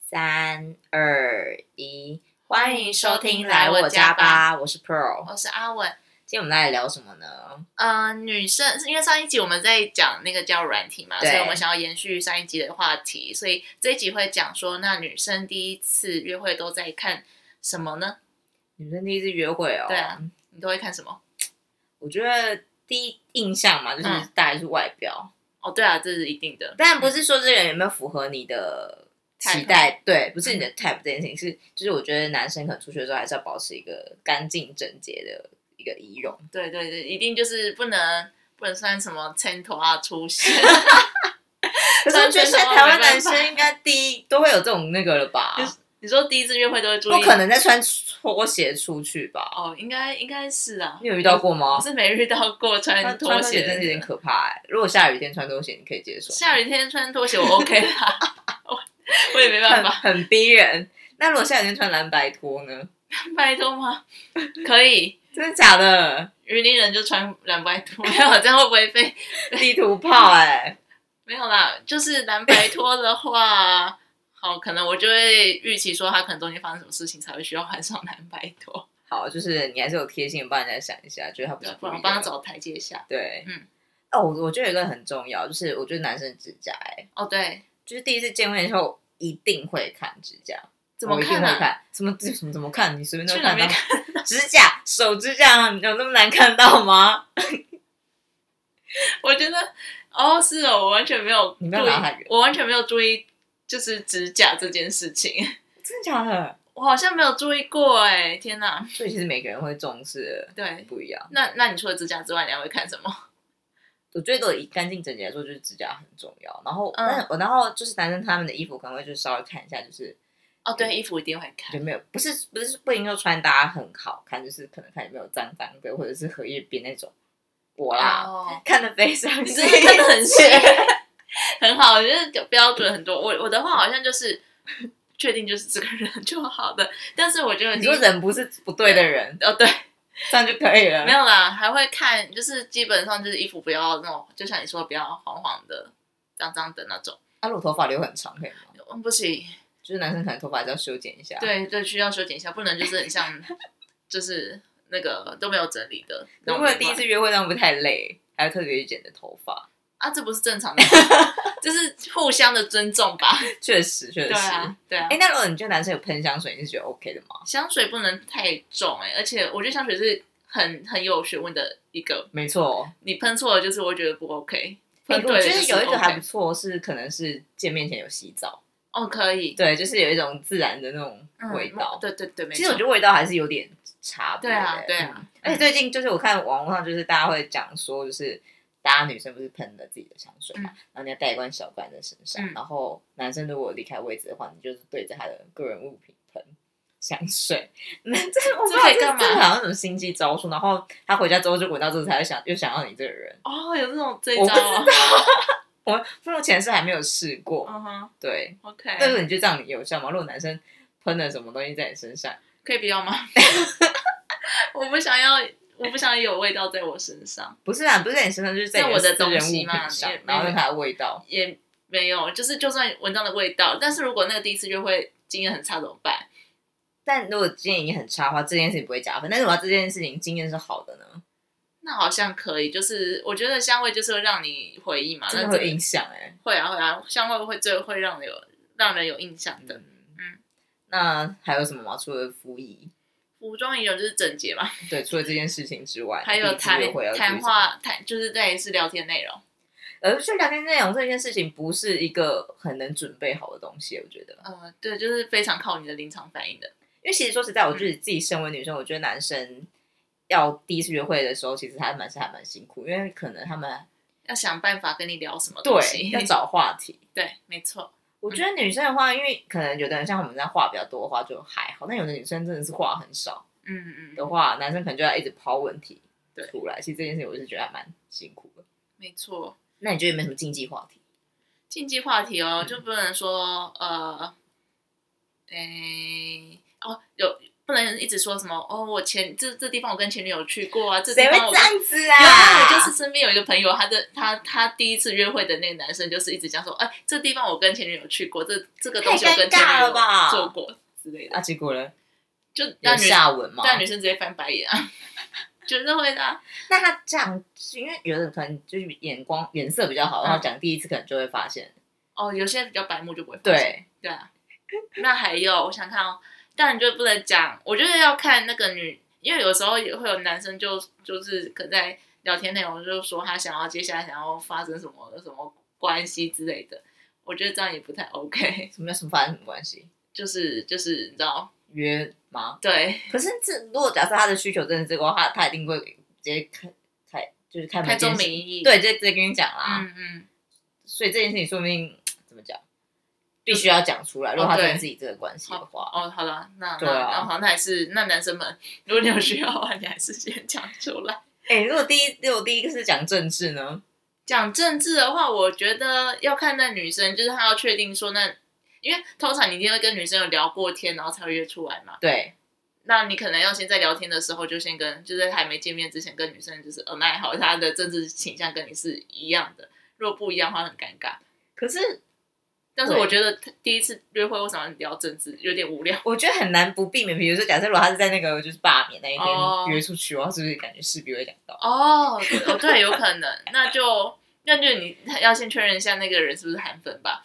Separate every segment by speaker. Speaker 1: 三二一，欢迎收听《
Speaker 2: 来
Speaker 1: 来
Speaker 2: 我
Speaker 1: 我家
Speaker 2: 家吧
Speaker 1: 吧》，我是 Pearl。
Speaker 2: 我是阿文。
Speaker 1: 今天我们来聊什么呢？
Speaker 2: 呃，女生因为上一集我们在讲那个交友软体嘛，
Speaker 1: 对
Speaker 2: 所以我们想要延续上一集的话题，所以这一集会讲说，那女生第一次约会都在看什么呢？
Speaker 1: 女生第一次约会哦，
Speaker 2: 对啊，你都会看什么？
Speaker 1: 我觉得第一印象嘛，就是
Speaker 2: 嗯
Speaker 1: 大概是外表，
Speaker 2: 哦，对啊，这是一定的。
Speaker 1: 当然不是说这个人有没有符合你的期
Speaker 2: Type
Speaker 1: 待，对，不是你的 type 这件事情，是就是我觉得男生可能出去的时候还是要保持一个干净整洁的一个仪容。
Speaker 2: 对对对，一定就是不能不能算什么牵头啊出现，
Speaker 1: 可是我觉得现在台湾男生应该第一都会有这种那个了吧？
Speaker 2: 就是你说第一次约会都会注意？
Speaker 1: 不可能再穿拖鞋出去吧？
Speaker 2: 哦，应该应该是啊。
Speaker 1: 你有遇到？过吗
Speaker 2: 我？是没遇到过穿
Speaker 1: 穿
Speaker 2: 拖
Speaker 1: 拖
Speaker 2: 鞋
Speaker 1: 鞋
Speaker 2: 的
Speaker 1: 真
Speaker 2: 人
Speaker 1: 的有点可怕哎、如果下雨天穿拖鞋，你可以接受，
Speaker 2: 下雨天穿拖鞋我 OK 啦， 我我也没办
Speaker 1: 很
Speaker 2: 法，
Speaker 1: 很逼人。那如果下雨天穿蓝白拖呢？
Speaker 2: 拜托吗？可以，
Speaker 1: 真的假的？
Speaker 2: 云林人就穿蓝白拖，没有这样会不会被？
Speaker 1: 地图炮哎、
Speaker 2: 没有啦，就是蓝白拖的话， 好，可能我就会预期说他可能中间发生什么事情才会需要换上蓝白拖，
Speaker 1: 好，就是你还是有贴心地帮人家想一下，觉得他不
Speaker 2: 对
Speaker 1: 是，
Speaker 2: 哦不然
Speaker 1: 故
Speaker 2: 我
Speaker 1: 意的
Speaker 2: 帮他。找台阶下。
Speaker 1: 对，
Speaker 2: 嗯。
Speaker 1: 哦，我我觉得有一个很重要，就是我觉得男生指甲哎、
Speaker 2: 哦，对，
Speaker 1: 就是第一次见面的时候一定会看指甲，哦
Speaker 2: 怎么
Speaker 1: 我一定
Speaker 2: 看
Speaker 1: 会
Speaker 2: 啊？
Speaker 1: 看？什么什么怎么看？你随便都
Speaker 2: 去哪
Speaker 1: 看到
Speaker 2: 边。
Speaker 1: 指甲、手指甲有那么难看到吗？
Speaker 2: 我觉得，哦，是哦，我完全没有注
Speaker 1: 你
Speaker 2: 意
Speaker 1: 不要拿太远，
Speaker 2: 我完全没有注意就是指甲这件事情，
Speaker 1: 真的假的？
Speaker 2: 我好像没有注意过，哎，天哪，
Speaker 1: 所以其实每个人会重视
Speaker 2: 对
Speaker 1: 的。不一样。
Speaker 2: 那那你除了指甲之外，你还会看什么？
Speaker 1: 我觉得以干净整洁来说，就是指甲很重要。然后，
Speaker 2: 嗯
Speaker 1: 但我然后就是男生他们的衣服可能会就稍微看一下，就是
Speaker 2: 哦，对，衣服一定会看
Speaker 1: 有。没有不是不是不一定说穿搭很好看，就是可能看有没有脏脏的或者是荷叶边那种。我啦，
Speaker 2: 哦，
Speaker 1: 看的非常
Speaker 2: 你
Speaker 1: 细
Speaker 2: 真的看得很细， 很好，我觉得有标准很多。我我的话好像就是确定就是这个人就好的，但是我觉得
Speaker 1: 你说人不是 不对的人，
Speaker 2: 哦对，
Speaker 1: 这样就可以了。
Speaker 2: 没有啦，还会看，就是基本上就是衣服不要那种，就像你说的不要黄黄的、脏脏的那种。
Speaker 1: 啊，如果头发留很长可以吗？
Speaker 2: 嗯，不行，
Speaker 1: 就是男生可能头发还是要修剪一下。，
Speaker 2: 对对，需要修剪一下，不能就是很像， 就是那个都没有整理的。
Speaker 1: 如果第一次约 会，那样会不会太累，还要特别去剪的头发。
Speaker 2: 啊，这不是正常的吗， 就是互相的尊重吧。
Speaker 1: 确实，确实。
Speaker 2: 对啊，对啊
Speaker 1: 哎、。那如果你觉得男生有喷香水，你是觉得 OK 的吗？
Speaker 2: 香水不能太重哎、而且我觉得香水是很很有学问的一个，
Speaker 1: 没错，
Speaker 2: 你喷错了就是我觉得不 OK，
Speaker 1: 欸我
Speaker 2: 喷
Speaker 1: 觉
Speaker 2: 哎对了
Speaker 1: 得
Speaker 2: 就是
Speaker 1: 有一种
Speaker 2: OK
Speaker 1: 还不错，是可能是见面前有洗澡，
Speaker 2: 哦可以，
Speaker 1: 对，就是有一种自然的那种味道
Speaker 2: 嗯、。对对对，没
Speaker 1: 其实我
Speaker 2: 错
Speaker 1: 觉，得味道还是有点差别
Speaker 2: 对
Speaker 1: 的、
Speaker 2: 啊对啊
Speaker 1: 嗯而且最近就是我看网络上，就是大家会讲说，就是大家女生不是喷了自己的香水嘛，然后你要带一罐小罐在身上，
Speaker 2: 嗯
Speaker 1: 然后男生如果离开位置的话，你就是对着他的个人物品喷。香水，那这我不知道
Speaker 2: 这可以干嘛
Speaker 1: 这这好像什么心机招数，然后他回家之后就闻到这个，才会想又想到你这个人。
Speaker 2: 哦有这种这
Speaker 1: 我不
Speaker 2: 一招
Speaker 1: 知
Speaker 2: 哦，
Speaker 1: 我目前是还没有试过，
Speaker 2: 嗯哼
Speaker 1: 对。
Speaker 2: ，OK，
Speaker 1: 但是你觉得这样有效吗？如果男生喷了什么东西在你身上，
Speaker 2: 可以不要吗？ 我不想要，我不想要有味道在我身上，
Speaker 1: 不是啊，不是在你身上，就是
Speaker 2: 在
Speaker 1: 你
Speaker 2: 我
Speaker 1: 的
Speaker 2: 的
Speaker 1: 私人
Speaker 2: 东
Speaker 1: 物
Speaker 2: 西
Speaker 1: 品
Speaker 2: 嘛
Speaker 1: 上
Speaker 2: 也，
Speaker 1: 然后
Speaker 2: 没
Speaker 1: 用
Speaker 2: 有
Speaker 1: 它的味道。
Speaker 2: 也没有，就是就算闻到的味道，但是如果那个第一次约会经验很差怎么办？
Speaker 1: 但如果今天已经很差的话，这件事情不会加分。但是我要这件事情经验是好的呢，
Speaker 2: 那好像可以，就是我觉得香味就是会让你回忆嘛，
Speaker 1: 真
Speaker 2: 那
Speaker 1: 的
Speaker 2: 这
Speaker 1: 会
Speaker 2: 个
Speaker 1: 影响哎、
Speaker 2: 会啊会啊，香味会最会让人有让人有印象的。
Speaker 1: 嗯，那还有什么吗？除了服役，
Speaker 2: 服装也有就是整洁嘛，
Speaker 1: 对，除了这件事情之外，
Speaker 2: 还有
Speaker 1: 第一次
Speaker 2: 谈
Speaker 1: 约会要注意什
Speaker 2: 谈
Speaker 1: 么，
Speaker 2: 话谈就是在是聊天内容。
Speaker 1: 而且聊天内容这件事情不是一个很能准备好的东西，我觉得。
Speaker 2: 呃，对，就是非常靠你的临场反应的。
Speaker 1: 因为其实说实在，我自
Speaker 2: 嗯
Speaker 1: 己自己身为女生，我觉得男生要第一次约会的时候，其实还蛮是还蛮辛苦，因为可能他们
Speaker 2: 要想办法跟你聊什么东
Speaker 1: 对
Speaker 2: 西，
Speaker 1: 要找话题。
Speaker 2: 对，没错，
Speaker 1: 我觉得女生的话，因为可能有的人像我们这样话比较多的话就还好，但有的女生真的是话很少
Speaker 2: 嗯嗯
Speaker 1: 的
Speaker 2: 嗯，
Speaker 1: 话，男生可能就要一直抛问题
Speaker 2: 对
Speaker 1: 出来。其实这件事情我是觉得还蛮辛苦的。
Speaker 2: 没错。
Speaker 1: 那你觉得有没有什么禁忌话题？
Speaker 2: 禁忌话题哦，
Speaker 1: 嗯
Speaker 2: 就不能说呃，诶、哦，有不能一直说什么哦，我前这这地方我跟前女友去过啊，这地
Speaker 1: 谁会
Speaker 2: 方我
Speaker 1: 这
Speaker 2: 跟
Speaker 1: 样子
Speaker 2: 啊，
Speaker 1: 啊？
Speaker 2: 就是身边有一个朋友，他的他他第一次约会的那个男生，就是一直讲说，哎、这地方我跟前女友去过，这这个东西我跟前
Speaker 1: 太尴尬
Speaker 2: 女
Speaker 1: 了
Speaker 2: 友
Speaker 1: 吧
Speaker 2: 做过之类的，
Speaker 1: 啊，结果呢？
Speaker 2: 就
Speaker 1: 有
Speaker 2: 让女生
Speaker 1: 下文吗？
Speaker 2: 让女生直接翻白眼啊， 绝对会的啊、
Speaker 1: 那他这样，因为有的人可能就是眼光颜色比较好，
Speaker 2: 嗯
Speaker 1: 然后讲第一次可能就会发现，
Speaker 2: 哦，有些比较白目就不会发现。
Speaker 1: 对，
Speaker 2: 对啊，那还有我想看哦，但你就不能讲，我觉得要看那个女，因为有时候也会有男生就就是可能在聊天内容就说他想要接下来想要发生什么什么关系之类的，我觉得这样也不太 OK，
Speaker 1: 什么什么发生什么关系？
Speaker 2: 就是就是你知道，
Speaker 1: 约吗？
Speaker 2: 对，
Speaker 1: 可是这如果假设他的需求真的是这个话，他他一定会直接开开就是开门
Speaker 2: 开宗
Speaker 1: 见
Speaker 2: 明
Speaker 1: 山
Speaker 2: 义，，
Speaker 1: 对，直接直接跟你讲啦。
Speaker 2: 嗯嗯，
Speaker 1: 所以这件事情说不定怎么讲，必须要讲出来。如果他
Speaker 2: 哦对
Speaker 1: 真的是以这个关系的话，
Speaker 2: 哦，好了，那
Speaker 1: 对
Speaker 2: 那、
Speaker 1: 啊
Speaker 2: 那好，那还是那男生们，如果你有需要的话，你还是先讲出来。
Speaker 1: 哎、如果第一如果第一个是讲政治呢？
Speaker 2: 讲政治的话，我觉得要看那女生，就是她要确定说那，因为通常你一定会跟女生有聊过天，然后才会约出来嘛。
Speaker 1: 对，
Speaker 2: 那你可能要先在聊天的时候就先跟，就是还没见面之前跟女生就是哦，那还好，她的政治倾向跟你是一样的，如果不一样的话很尴尬。
Speaker 1: 可是
Speaker 2: 但是
Speaker 1: 对
Speaker 2: 我觉得第一次约会为什么要聊政治，有点无聊。
Speaker 1: 我觉得很难不避免。比如说，假设如果他是在那个就是罢免那一
Speaker 2: 哦
Speaker 1: 天约出去，我是不是感觉势必会讲到？
Speaker 2: 哦，哦对，有可能，那就那就你要先确认一下那个人是不是韩粉吧，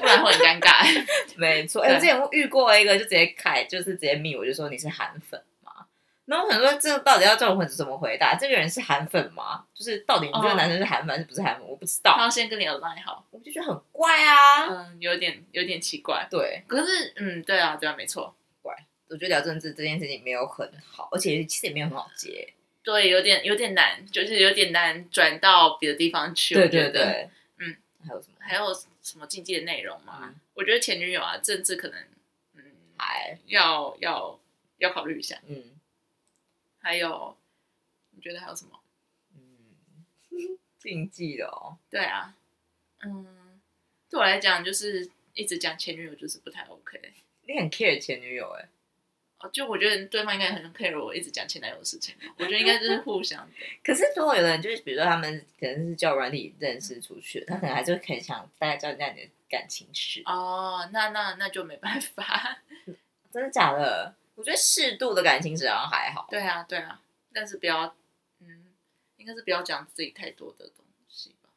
Speaker 2: 不然会很尴尬。
Speaker 1: 没错，哎、我
Speaker 2: 对
Speaker 1: 之前遇过一个，就直接开，就是直接密我，就说你是韩粉吗？然后我想说，这到底要这种粉怎么回答？这个人是韩粉吗？就是到底你这个
Speaker 2: 哦
Speaker 1: 男生是韩粉还是不是韩粉？我不知
Speaker 2: 他
Speaker 1: 道，
Speaker 2: 要先跟你有赖好。
Speaker 1: 我就觉得很怪啊。
Speaker 2: 嗯，有点有点奇怪。
Speaker 1: 对，
Speaker 2: 可是，嗯，对啊，对啊，没错，
Speaker 1: 我觉得聊政治这件事情没有很好，而且其实也没有很好接。
Speaker 2: 对，有点有点难，就是有点难转到别的地方去。我觉得，嗯，
Speaker 1: 还有什么？
Speaker 2: 还有什么禁忌的内容吗？
Speaker 1: 嗯
Speaker 2: 我觉得前女友啊，政治可能，嗯，
Speaker 1: 还
Speaker 2: 要要要考虑一下。
Speaker 1: 嗯
Speaker 2: 还有，你觉得还有什么？
Speaker 1: 嗯， 禁忌的哦。
Speaker 2: 对啊，嗯，对我来讲，就是一直讲前女友就是不太 OK。
Speaker 1: 你很 care 前女友哎，
Speaker 2: 哦，就我觉得对方应该很 care 我一直讲前男友的事情，啊我觉得应该就是互相的。
Speaker 1: 可是如果有的人就是，比如说他们可能是交友软体认识出去的，他可能还是会很想大家知道人家你的感情史。
Speaker 2: 哦，那那那就没办法。
Speaker 1: 真的假的？我觉得适度的感情史好像还好。
Speaker 2: 对啊，对啊，但是不要，嗯，应该是不要讲自己太多的东西吧。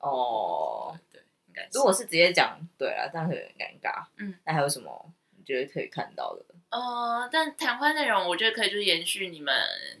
Speaker 1: 哦，
Speaker 2: 对，对，应该是。
Speaker 1: 如果是直接讲，对了，这样会有点尴尬。
Speaker 2: 嗯，
Speaker 1: 那还有什么你觉得可以看到的？
Speaker 2: 呃，但谈话内容，我觉得可以就是延续你们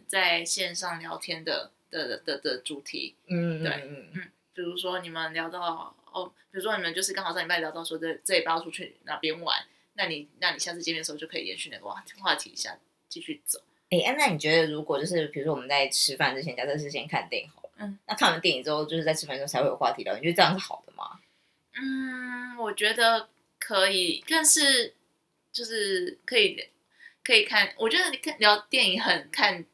Speaker 2: 在线上聊天的的的的的主题，
Speaker 1: 嗯
Speaker 2: 对
Speaker 1: 嗯嗯，
Speaker 2: 比如说你们聊到哦，比如说你们就是刚好上礼拜聊到说这这一包出去哪边玩，那你那你下次见面的时候就可以延续那个话话题一下继续走。
Speaker 1: 哎、安那你觉得如果就是比如说我们在吃饭之前，假设是先看电影好了，
Speaker 2: 嗯，
Speaker 1: 那看完电影之后，就是在吃饭的时候才会有话题聊，你觉得这样是好的吗？
Speaker 2: 嗯，我觉得可以，但是就是可以可以看，我觉得你看聊电影很看很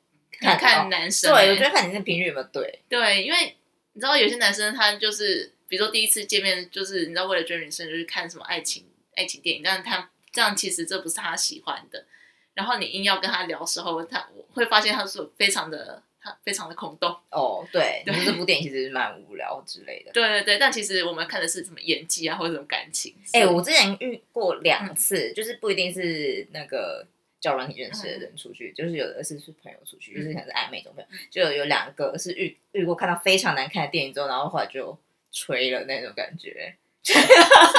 Speaker 1: 看哦
Speaker 2: 看男生
Speaker 1: 对，
Speaker 2: 欸、
Speaker 1: 我觉得看你的频率有没有对。
Speaker 2: 对，因为你知道有些男生他就是，比如说第一次见面就是你知道为了追女生就是看什么爱情爱情电影，但是他这样其实这不是他喜欢的，然后你硬要跟他聊的时候，他我会发现他是非常的他非常的空洞。
Speaker 1: 哦，对，
Speaker 2: 对
Speaker 1: 你说这部电影其实蛮无聊之类的。
Speaker 2: 对对对，但其实我们看的是什么演技啊，或者什么感情。
Speaker 1: 哎、我之前遇过两次，就是不一定是那个交友软体认识的人出去，就是有的是是朋友出去，就是可能是暧昧中朋友，就有有两个是遇遇过看到非常难看的电影之后，然后后来就吹了那种感觉，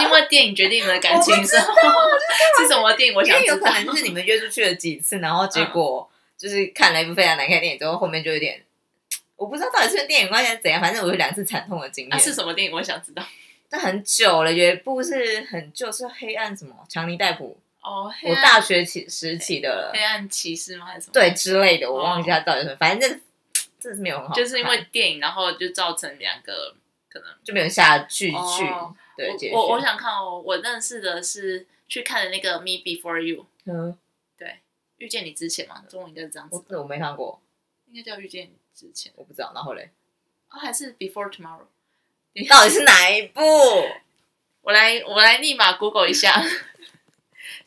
Speaker 2: 因为电影决定你们的感情生活。是什么电影？我
Speaker 1: 因
Speaker 2: 想
Speaker 1: 为
Speaker 2: 知
Speaker 1: 有可
Speaker 2: 道。
Speaker 1: 能就是你们约出去了几次，然后结果就是看了一部非常难看的电影之后，后面就有点。我不知道到底是跟电影关系还是怎样，反正我有两次惨痛的经
Speaker 2: 啊，
Speaker 1: 验。
Speaker 2: 是什么电影？我想知道。
Speaker 1: 但很久了，有一部是很旧，是黑暗什么强尼戴普，
Speaker 2: 哦，黑
Speaker 1: 我
Speaker 2: 暗
Speaker 1: 大学起时期的了
Speaker 2: 黑暗骑士吗？还是什么？，
Speaker 1: 对之类的，我忘记他到底是什么，反正这这是没有很好看，
Speaker 2: 哦就是因为电影，然后就造成两个可能。
Speaker 1: 就没有下剧剧
Speaker 2: 哦
Speaker 1: 对结
Speaker 2: 我我我
Speaker 1: 局。
Speaker 2: 想看哦，我认识的是去看的那个《Me Before You》，
Speaker 1: 嗯，
Speaker 2: 对，遇见你之前嘛，中文应该是这样
Speaker 1: 我
Speaker 2: 子，
Speaker 1: 我没看过，
Speaker 2: 应该叫遇见你之前，
Speaker 1: 我不知道。然后嘞，
Speaker 2: 哦，还是 Before Tomorrow？
Speaker 1: 到底是哪一 部？
Speaker 2: 我来我来立马 Google 一下。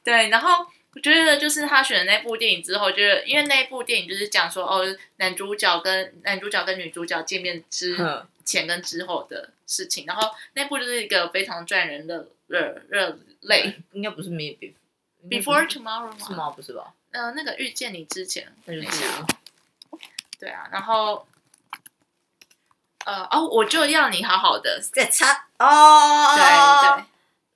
Speaker 2: 对，然后我觉得就是他选的那部电影之后，就是因为那部电影就是讲说哦，男主角跟男主角跟女主角见面之
Speaker 1: 哼
Speaker 2: 前跟之后的事情，然后那部就是一个非常赚人的热热泪。
Speaker 1: 应该不是 me be- 应该不
Speaker 2: Before
Speaker 1: 是
Speaker 2: Tomorrow
Speaker 1: 是
Speaker 2: 吗？
Speaker 1: 吗？不是吧？
Speaker 2: 呃，那个遇见你之前，
Speaker 1: 那就是
Speaker 2: 等一下对啊，然后呃哦，我就要你好好的，
Speaker 1: 在擦哦，
Speaker 2: 对对，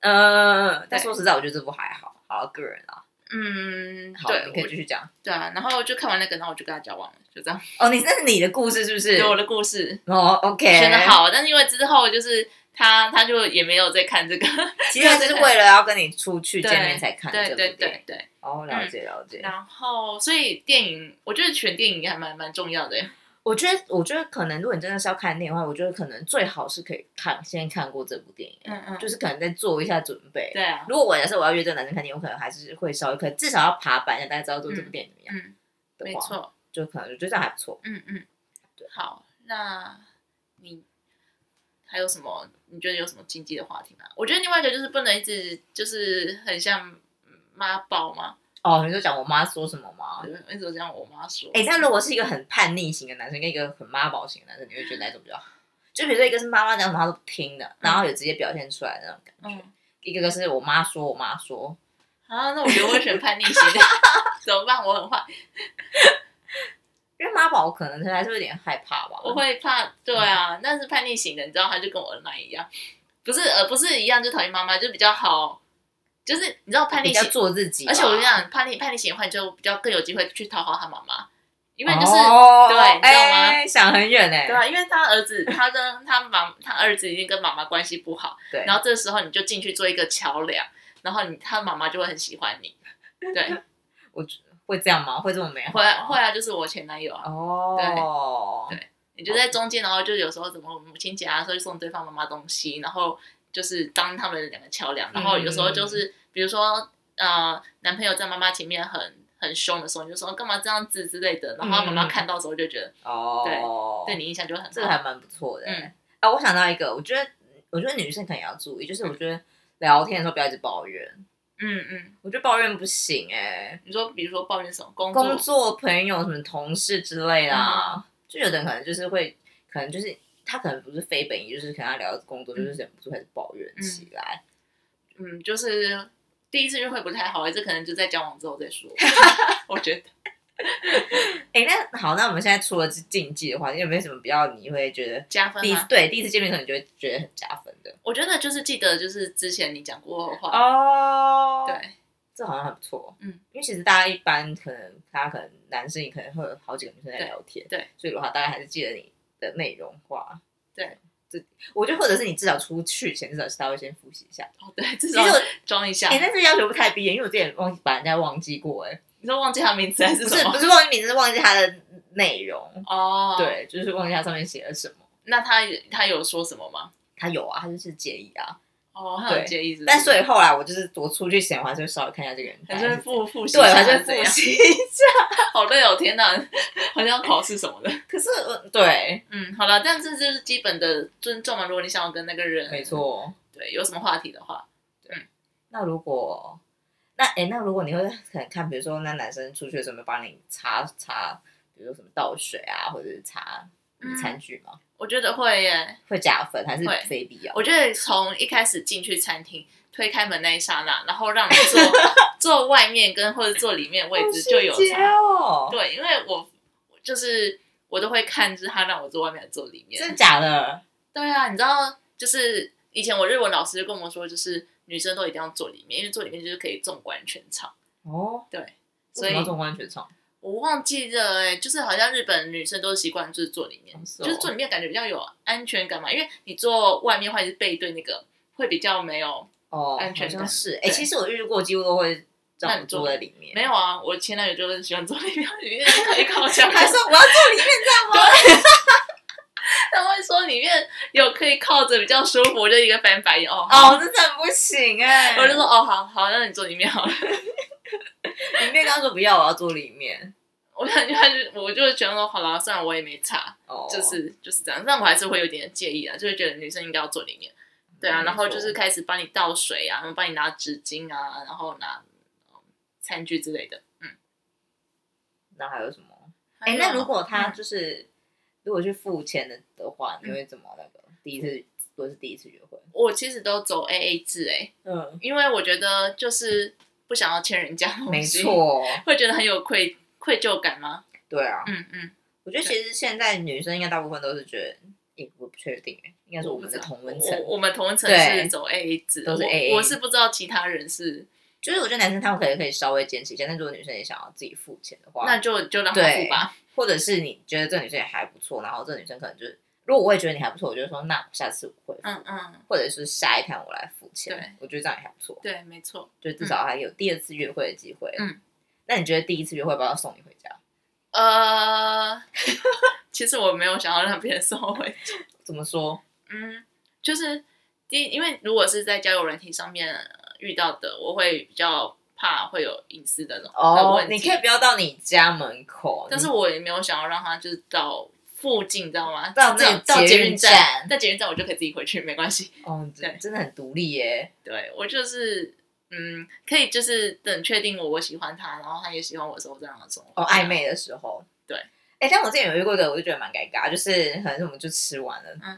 Speaker 1: 呃，但说实在，我觉得这部还好，好个人啊。
Speaker 2: 嗯，
Speaker 1: 好，
Speaker 2: 对，
Speaker 1: 你可以
Speaker 2: 我
Speaker 1: 继续讲。
Speaker 2: 对啊，然后就看完那个，然后我就跟他交往了，就这样。
Speaker 1: 哦，你那是你的故事是不是
Speaker 2: 对？我的故事
Speaker 1: 哦，OK，
Speaker 2: 选的。好，但是因为之后就是他他就也没有再看这个，
Speaker 1: 其实就是为了要跟你出去
Speaker 2: 对
Speaker 1: 见面才看
Speaker 2: 对
Speaker 1: 这
Speaker 2: 对嗯
Speaker 1: 部电影。
Speaker 2: 对对。
Speaker 1: 哦，了解了解。
Speaker 2: 然后所以电影，我觉得选电影还蛮蛮重要的嗯耶。
Speaker 1: 我觉得，我觉得可能如果你真的是要看电影的话，我觉得可能最好是可以看先看过这部电影，
Speaker 2: 嗯 嗯，
Speaker 1: 就是可能再做一下准备。
Speaker 2: 对啊，
Speaker 1: 如果我假设我要约这个男生看电影，我可能还是会稍微，可能至少要爬板一下，大家知道做这部电影怎么样
Speaker 2: 嗯，
Speaker 1: 的
Speaker 2: 没
Speaker 1: 话，
Speaker 2: 错，
Speaker 1: 就可能我觉得这样还不错。
Speaker 2: 嗯嗯
Speaker 1: 对，
Speaker 2: 好，那你还有什么？你觉得有什么禁忌的话题吗？我觉得另外一个就是不能一直就是很像妈宝嘛，
Speaker 1: 哦，你就讲我妈说什么吗？
Speaker 2: 我一直都这样我妈说。
Speaker 1: 哎、但如果是一个很叛逆型的男生跟一个很妈宝型的男生，你会觉得哪一种比较好？就比如说一个是妈妈讲什么他都不听的，然后有直接表现出来的那种感觉；
Speaker 2: 嗯，
Speaker 1: 一个个是我妈说，我妈说，
Speaker 2: 啊，那我觉得我会选叛逆型 的，怎么办？我很坏，
Speaker 1: 因为妈宝可能还是有点害怕吧。
Speaker 2: 我会怕，对啊，但是叛逆型的，你知道，他就跟我妈一样，不是呃，不是一样，就讨厌妈妈，就比较好，就是你知道叛逆
Speaker 1: 比较
Speaker 2: 型，
Speaker 1: 做自己吧，啊
Speaker 2: 而且我跟你讲，叛逆叛逆型的话，你就比较更有机会去讨好他妈妈，因为就是、
Speaker 1: 哦、
Speaker 2: 对你知道吗
Speaker 1: 哎想很远哎、
Speaker 2: 对啊，因为他儿子，他跟他妈，他儿子已经跟妈妈关系不好，
Speaker 1: 对
Speaker 2: 然后这时候你就进去做一个桥梁，然后你他妈妈就会很喜欢你， 对，
Speaker 1: 会这样吗？会这么美好
Speaker 2: 会啊
Speaker 1: 吗？
Speaker 2: 会啊，就是我前男友啊，
Speaker 1: 哦，
Speaker 2: 对你就在中间，然后就有时候怎么母亲节啊，所以送对方妈妈东西，然后就是当他们的两个桥梁，然后有时候
Speaker 1: 嗯
Speaker 2: 就是、比如说呃，男朋友在妈妈前面很很凶的时候，你就说干嘛这样子之类的，然后妈妈
Speaker 1: 嗯
Speaker 2: 看到的时候就觉得、
Speaker 1: 哦，
Speaker 2: 对你印象就会很好，
Speaker 1: 这个还蛮不错的、
Speaker 2: 嗯
Speaker 1: 啊，我想到一个，我觉得我觉得女生可能也要注意，就是我觉得聊天的时候不要一直抱怨，
Speaker 2: 嗯嗯，
Speaker 1: 我觉得抱怨不行哎、
Speaker 2: 你说比如说抱怨什么工作，嗯
Speaker 1: 工作、朋友、什么同事之类的、啊，就有的人可能就是会，可能就是他可能不是非本意，就是可能他聊工作，就是忍不住开始抱怨起来。
Speaker 2: 嗯，就是第一次约会不太好，这可能就在交往之后再 说。我觉得
Speaker 1: 哎、那好，那我们现在除了是禁忌的话，你有没有什么比较你会觉得
Speaker 2: 加分
Speaker 1: 第一
Speaker 2: 吗？
Speaker 1: 对第一次见面的时候你就会觉得很加分的？
Speaker 2: 我觉得就是记得就是之前你讲过的话，
Speaker 1: 哦对，
Speaker 2: 对，
Speaker 1: 这好像很不错。哦
Speaker 2: 嗯，
Speaker 1: 因为其实大家一般可能他可能男生也可能会有好几个女生在聊天，
Speaker 2: 对对
Speaker 1: 所以的话大家还是记得你的内容话。
Speaker 2: 对，
Speaker 1: 这我觉得或者是你至少出去前至少是他会先复习一下。
Speaker 2: 哦对，至
Speaker 1: 其
Speaker 2: 少
Speaker 1: 实我
Speaker 2: 装一下
Speaker 1: 哎、。但是要求不太逼人，因为我之前忘记把人家忘记过、哎，
Speaker 2: 你说忘记他名字还是
Speaker 1: 不
Speaker 2: 什
Speaker 1: 是
Speaker 2: 么
Speaker 1: 不？是忘记名字，是忘记他的内容。
Speaker 2: 哦，，
Speaker 1: 对，就是忘记他上面写了什么。
Speaker 2: 那他他有说什么吗？
Speaker 1: 他有啊，他就是介意啊。
Speaker 2: 哦，他有
Speaker 1: 对
Speaker 2: 介意是不是
Speaker 1: 但所以后来我就是我出去前，我还是会稍微看一下这个人。
Speaker 2: 还是会复复习一
Speaker 1: 哎对，我
Speaker 2: 下，
Speaker 1: 还是
Speaker 2: 啊还是怎
Speaker 1: 会复
Speaker 2: 样？
Speaker 1: 习。
Speaker 2: 好累哦，天哪，好像要考试什么 的。
Speaker 1: 可是我对，
Speaker 2: 嗯，好了，但这就是基本的尊重嘛。如果你想要跟那个人，
Speaker 1: 没，错。
Speaker 2: 对，有什么话题的话，
Speaker 1: 那如果那哎、诶那如果你会可能看，比如说那男生出去的时候，有没有帮你擦擦，比如说什么倒水啊，或者是擦
Speaker 2: 嗯
Speaker 1: 餐具吗？
Speaker 2: 我觉得会耶。
Speaker 1: 会加分还是
Speaker 2: 会
Speaker 1: 非哦必要？
Speaker 2: 我觉得从一开始进去餐厅推开门那一刹那，然后让你坐 坐外面跟或者坐里面位置就有
Speaker 1: 好细节
Speaker 2: 差。
Speaker 1: 哦，
Speaker 2: 对，因为我就是我都会看，就是他让我坐外面还是坐里
Speaker 1: 真的
Speaker 2: 面。
Speaker 1: 假的？
Speaker 2: 对啊，你知道，就是以前我日文老师就跟我们说，就是女生都一定要坐里面，因为坐里面就是可以纵观全场。
Speaker 1: 哦，
Speaker 2: 所
Speaker 1: 为什
Speaker 2: 以
Speaker 1: 么要纵观全场，
Speaker 2: 我忘记了、欸，就是好像日本女生都习惯就是坐里面，
Speaker 1: 哦是哦
Speaker 2: 就是坐里面感觉比较有安全感嘛，因为你坐外面或者是背对那个，会比较没有
Speaker 1: 哦，
Speaker 2: 安全
Speaker 1: 好像
Speaker 2: 感
Speaker 1: 是。哎、
Speaker 2: 对
Speaker 1: 其实我遇过，几乎都会
Speaker 2: 那
Speaker 1: 让我
Speaker 2: 你坐
Speaker 1: 坐在里面。
Speaker 2: 没有啊，我前男友就是喜欢坐里 面，里面可以烤箱，
Speaker 1: 还说我要坐里面，
Speaker 2: 他会说里面有可以靠着比较舒服，我就一个翻白眼哦。好
Speaker 1: 哦，这真的不行哎、
Speaker 2: 我就说哦，好好，那你坐里面好了。
Speaker 1: 里面刚说不要，我要坐里面。
Speaker 2: 我感觉他就我就觉得说好啦，算了，我也没差，
Speaker 1: 哦，
Speaker 2: 就是就是这样，但我还是会有点介意啊，就会觉得女生应该要坐里面。对啊，
Speaker 1: 嗯
Speaker 2: 然后
Speaker 1: 没错
Speaker 2: 就是开始帮你倒水啊，然后帮你拿纸巾啊，然后拿嗯餐具之类的。嗯，
Speaker 1: 那还有什么？嗯哎，那如果他就是、如果去付钱的的话，你
Speaker 2: 嗯
Speaker 1: 会怎么那个？第一次如果是第一次约会，
Speaker 2: 我其实都走 A A 制哎、
Speaker 1: 嗯，
Speaker 2: 因为我觉得就是不想要欠人家东西，
Speaker 1: 没，错，
Speaker 2: 会觉得很有愧愧疚感吗？
Speaker 1: 对啊，
Speaker 2: 嗯嗯，
Speaker 1: 我觉得其实现在女生应该大部分都是觉得，也我不确定，应该是我们的同温层，
Speaker 2: 我我们同温层
Speaker 1: 对
Speaker 2: 是走 A A 制，
Speaker 1: 都是
Speaker 2: 我
Speaker 1: AA
Speaker 2: 我是不知道其他人是，
Speaker 1: 就是我觉得男生他们可以可以稍微坚持一下，但如果女生也想要自己付钱的话，
Speaker 2: 那就就让他
Speaker 1: 啊对
Speaker 2: 付吧。
Speaker 1: 或者是你觉得这女生也还不错，然后这女生可能就是，如果我也觉得你还不错，我就说那下次我会付，
Speaker 2: 嗯嗯，
Speaker 1: 或者是下一摊我来付钱，
Speaker 2: 对
Speaker 1: 我觉得这样也还不错，
Speaker 2: 对，没错。
Speaker 1: 就至少还有第二次约会的机会。
Speaker 2: 嗯，
Speaker 1: 那你觉得第一次约会要不要送你回家？
Speaker 2: 呃， 其实我没有想要让别人收回
Speaker 1: 怎么说？
Speaker 2: 嗯，就是第一，因为如果是在交友软体上面呃遇到的，我会比较怕会有隐私的那种的
Speaker 1: 哦
Speaker 2: 问，题。
Speaker 1: 你可以不要到你家门口，
Speaker 2: 但是
Speaker 1: 你
Speaker 2: 我也没有想要让他就是到附近，你知道吗？
Speaker 1: 到
Speaker 2: 至少
Speaker 1: 那
Speaker 2: 到
Speaker 1: 捷运
Speaker 2: 运
Speaker 1: 站
Speaker 2: 到捷运站我就可以自己回去，没关系。
Speaker 1: 哦，
Speaker 2: 对
Speaker 1: 真真的很独立耶。
Speaker 2: 对我就是。嗯，可以，就是等确定我我喜欢他，然后他也喜欢我的时候，这样的种
Speaker 1: 哦，暧，昧的时候，
Speaker 2: 对。
Speaker 1: 哎、但我之前有遇过一个，我就觉得蛮尴尬，就是可能是我们就吃完了，
Speaker 2: 嗯，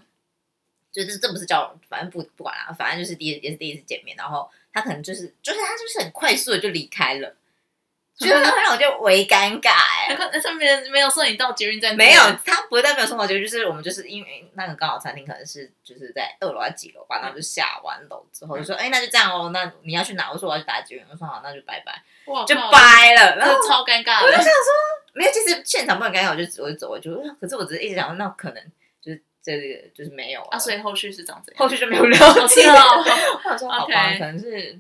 Speaker 1: 就是这不是叫，反正不不管啦，反正就是第一也是第一次见面，然后他可能就是就是他就是很快速的就离开了， 就是会让我觉得微尴尬哎、
Speaker 2: 他可他没有没有送你到捷运站，
Speaker 1: 没有，他不代表生活节，就是我们就是因为那个刚好餐厅可能是就是在二楼还是几楼吧，然后就下完楼之后就说，哎、那就这样哦，那你要去哪？我说我要去打几元，我说好，那就拜拜，
Speaker 2: 哇，
Speaker 1: 就
Speaker 2: 靠，
Speaker 1: 掰了，然后
Speaker 2: 这超尴尬
Speaker 1: 我就 想
Speaker 2: 的，
Speaker 1: 说，没有，其实现场不能尴尬，我就只我就走，我就，可是我只是一直想说，那可能就是这个就是没有了
Speaker 2: 啊，所以后续是长怎样？
Speaker 1: 后续就没有了
Speaker 2: 好
Speaker 1: 解。
Speaker 2: 吃哦。
Speaker 1: 我想说，好吧，
Speaker 2: OK
Speaker 1: 可能是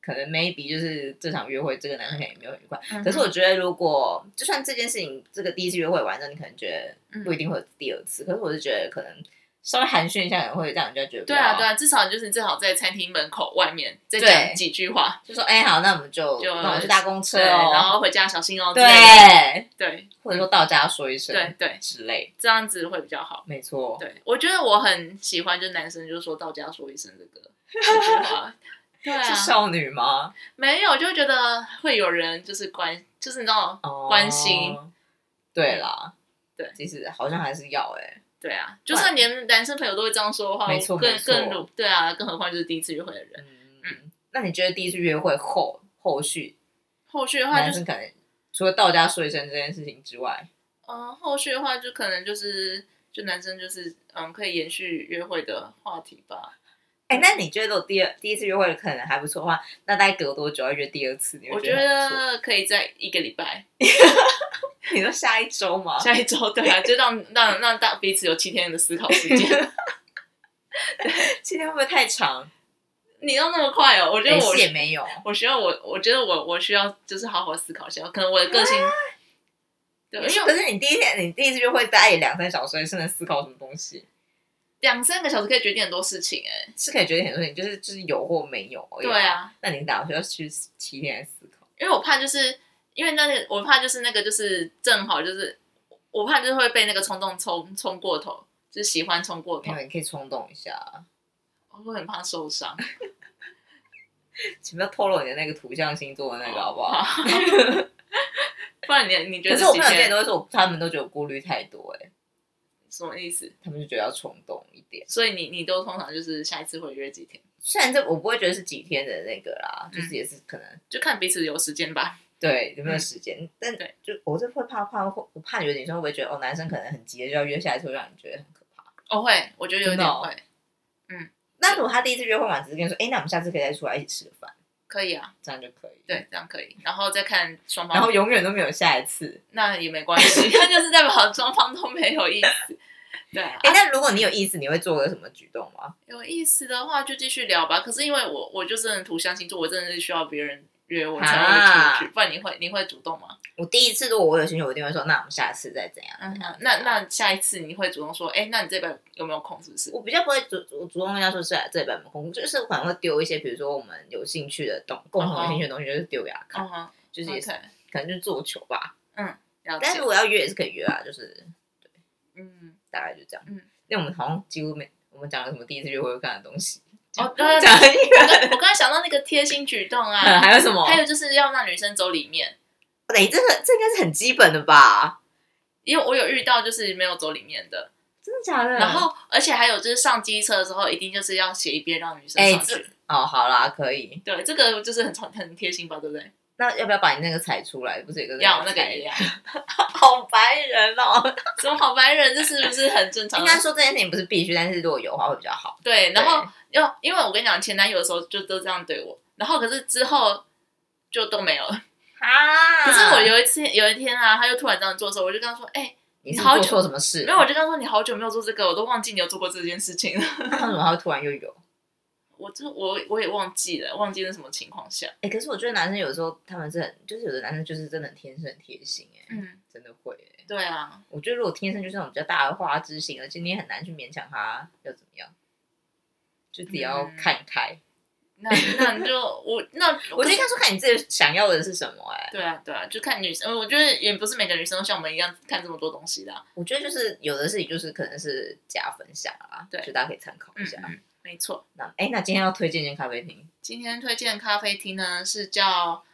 Speaker 1: 可能 maybe 就是这场约会，这个男生可能也没有很愉快。
Speaker 2: 嗯
Speaker 1: 可是我觉得，如果就算这件事情，这个第一次约会完之后，你可能觉
Speaker 2: 嗯
Speaker 1: 得不一定会有第二次，可是我是觉得可能稍微寒暄一下，可能会让人家觉得
Speaker 2: 对啊，对
Speaker 1: 啊，
Speaker 2: 啊，至少就是至少在餐厅门口外面再
Speaker 1: 对
Speaker 2: 讲几句话，
Speaker 1: 就说哎、好，那我们就
Speaker 2: 就
Speaker 1: 那我们去搭公车
Speaker 2: 对，然
Speaker 1: 哦，
Speaker 2: 后回家小心哦之类的，
Speaker 1: 对，
Speaker 2: 对
Speaker 1: 或者说到家说一声，
Speaker 2: 对对，
Speaker 1: 之类，
Speaker 2: 这样子会比较好。
Speaker 1: 没错，
Speaker 2: 对，我觉得我很喜欢，就是男生就说到家说一声这个这句 话，对
Speaker 1: 是
Speaker 2: 啊，
Speaker 1: 少女吗？
Speaker 2: 没有就觉得会有人就是关，就是你知道，关心
Speaker 1: 哦。对啦，
Speaker 2: 对
Speaker 1: 其实好像还是要哎、
Speaker 2: 对啊，就算连男生朋友都会这样说的话，
Speaker 1: 没错
Speaker 2: 我更
Speaker 1: 没错
Speaker 2: 更如对啊，更何况就是第一次约会的人。
Speaker 1: 嗯，那你觉得第一次约会后，后续
Speaker 2: 后续的话
Speaker 1: 男
Speaker 2: 就是
Speaker 1: 生可能除了到家说一声这件事情之外，
Speaker 2: 嗯，后续的话就可能就是就男生就是嗯，可以延续约会的话题吧。
Speaker 1: 哎、那你觉得如果第二第一次约会可能还不错的话，那大概隔多久要约第二次？你会
Speaker 2: 我
Speaker 1: 觉
Speaker 2: 觉
Speaker 1: 得很不错
Speaker 2: 得可以在一个礼拜，
Speaker 1: 你说 下一周吗？
Speaker 2: 下一周对啊，就让让让大彼此有七天的思考时 间。
Speaker 1: 七天会不会太长？
Speaker 2: 你要那么快哦？我觉
Speaker 1: 没
Speaker 2: 得我
Speaker 1: 事哎也没有，
Speaker 2: 我需要我我觉得我我需要就是好好思考一下，可能我的个
Speaker 1: 啊
Speaker 2: 性。对，因为
Speaker 1: 可是你第一天你第一次约会大概也两三小时，你是能思考什么东西？
Speaker 2: 两三个小时可以决定很多事情哎、
Speaker 1: 是可以决定很多事情，就是就是有或没哦有而已。
Speaker 2: 对，啊，
Speaker 1: 那你打算要去七天来思考？
Speaker 2: 因为我怕就是因为那个我怕就是那个就是正好就是我怕就是会被那个冲动冲冲过头，就是喜欢冲过头
Speaker 1: 没有，，你可以冲动一下，
Speaker 2: 我会很怕受伤。
Speaker 1: 请不要透露你的那个图像星座的那个好不好？
Speaker 2: 好？ 不然你你觉
Speaker 1: 可
Speaker 2: 得
Speaker 1: 是我
Speaker 2: 几
Speaker 1: 朋友之前
Speaker 2: 天
Speaker 1: 都会说我，他们都觉得我顾虑太多、哎，
Speaker 2: 什么意思？
Speaker 1: 他们就觉得要冲动一点。
Speaker 2: 所以你你都通常就是下一次会约几天，
Speaker 1: 虽然这我不会觉得是几天的那个啦，就是也是可能、
Speaker 2: 就看彼此有时间吧。
Speaker 1: 对有没有时间，但
Speaker 2: 嗯对
Speaker 1: 就我是会怕怕会，我怕有的女生会不会觉得哦，男生可能很急的就要约下一次，会让你觉得很可怕。
Speaker 2: 我、会，我觉得有
Speaker 1: 真的
Speaker 2: 点
Speaker 1: 哦
Speaker 2: 会，
Speaker 1: 那如果他第一次约会完，只是跟你说，哎、那我们下次可以再出来一起吃个饭，
Speaker 2: 可以啊，
Speaker 1: 这样就可以。，
Speaker 2: 对，这样可以。然后再看双方，
Speaker 1: 嗯然后永远都没有下一次。
Speaker 2: 那也没关系， 那就是代表双方都没有意思。对啊，
Speaker 1: 哎、那如果你有意思，你会做个什么举动吗？
Speaker 2: 有意思的话就继续聊吧。可是因为我我就真的土象星座，我真的是需要别人约我才
Speaker 1: 啊
Speaker 2: 会出去，不然你会你会主动吗？
Speaker 1: 我第一次如果我有兴趣，我一定会说，那我们下次再怎样。
Speaker 2: 嗯
Speaker 1: 怎样，
Speaker 2: 那那下一次你会主动说，哎、那你这边有没有空？是不是？
Speaker 1: 我比较不会主主主动跟人家说是来这本工，就是我可能会丢一些，比如说我们有兴趣的东，共同有兴趣的东西，就是丢给他看，
Speaker 2: 嗯哼，
Speaker 1: 就是也
Speaker 2: 也
Speaker 1: 是
Speaker 2: 是
Speaker 1: 可能就是做球吧。
Speaker 2: 了
Speaker 1: 但是
Speaker 2: 解
Speaker 1: 如。果要约也是可以约啊，就是
Speaker 2: 嗯，
Speaker 1: 大概就这样。
Speaker 2: 嗯
Speaker 1: 因为我们好像几乎没我们讲了什么第一次约会会看的东西，
Speaker 2: 哦，对，
Speaker 1: 讲很
Speaker 2: 我
Speaker 1: 远。
Speaker 2: 刚我刚才想到那个贴心举动
Speaker 1: 嗯，
Speaker 2: 啊，
Speaker 1: 还有什么？
Speaker 2: 还有就是要让女生走里面，
Speaker 1: 哎，这个这应该是很基本的吧？
Speaker 2: 因为我有遇到就是没有走里面的，
Speaker 1: 真的假的？
Speaker 2: 然后而且还有就是上机车的时候一定就是要斜一边让女生
Speaker 1: 哎
Speaker 2: 上去，
Speaker 1: 这哦，好啦，可以。
Speaker 2: 对，这个就是很聪很贴心吧，对不对？
Speaker 1: 那要不要把你那个踩出来？不是有个
Speaker 2: 要那个
Speaker 1: 踩
Speaker 2: 也要，
Speaker 1: 好白人 哦。
Speaker 2: 什么好白人，这是不是很正常
Speaker 1: 应
Speaker 2: 的？
Speaker 1: 该说这件事情不是必须，但是如果有的话会比较好。
Speaker 2: 对，然后要因为我跟你讲，前男友的时候就都这样对我，然后可是之后就都没有了。
Speaker 1: 啊
Speaker 2: 可是我有一次有一天啊，他就突然这样做的时候，我就跟他说：“哎、
Speaker 1: 你是不
Speaker 2: 好
Speaker 1: 是
Speaker 2: 久
Speaker 1: 做错什么事？
Speaker 2: 没有，我就跟他说你好久没有做这个，我都忘记你有做过这件事情了。
Speaker 1: 那为什么他会突然又有？
Speaker 2: 我就我我也忘记了，忘记是什么情况下。
Speaker 1: 哎、可是我觉得男生有时候他们是很，就是有的男生就是真的很天生很贴心、哎、
Speaker 2: 嗯，
Speaker 1: 真的会、哎，
Speaker 2: 对啊，
Speaker 1: 我觉得如果天生就是那种比较大而化之型，而且你也很难去勉强他要怎么样，就自己要
Speaker 2: 嗯
Speaker 1: 看开。
Speaker 2: 那那你就我那
Speaker 1: 我觉得应该说看你自己想要的是什么、哎，
Speaker 2: 对啊对啊，就看女生，我觉得也不是每个女生都像我们一样看这么多东西的啊、
Speaker 1: 我觉得就是有的事情就是可能是加分项啦，
Speaker 2: 对
Speaker 1: 就大家可以参考一
Speaker 2: 嗯
Speaker 1: 下。
Speaker 2: 嗯，没错。
Speaker 1: 那哎、那今天要推荐一间咖啡厅，
Speaker 2: 今天推荐的咖啡厅呢是叫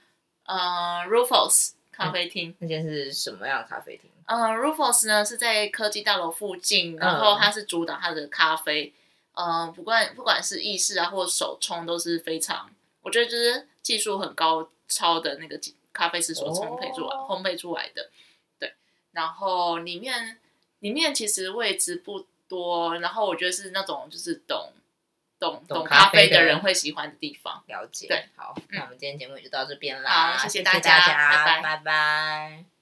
Speaker 2: 呃 Rufus 咖啡厅。
Speaker 1: 那间是什么样的咖啡厅？
Speaker 2: 呃 Rufus 呢是在科技大楼附近，然后它是主打它的咖啡，呃，不管不管是意式啊或手冲都是非常，我觉得就是技术很高超的那个技咖啡师所烘焙出来、
Speaker 1: 哦
Speaker 2: 烘焙出来的。对，然后里面里面其实位置不多，然后我觉得是那种就是懂懂
Speaker 1: 懂
Speaker 2: 懂
Speaker 1: 咖
Speaker 2: 咖啡
Speaker 1: 啡的
Speaker 2: 的人会喜欢的地方。
Speaker 1: 了解，
Speaker 2: 对，
Speaker 1: 好，
Speaker 2: 嗯
Speaker 1: 那我们今天节目也就到这边啦，
Speaker 2: 好谢谢
Speaker 1: 谢
Speaker 2: 大
Speaker 1: 大
Speaker 2: 家拜拜
Speaker 1: 拜拜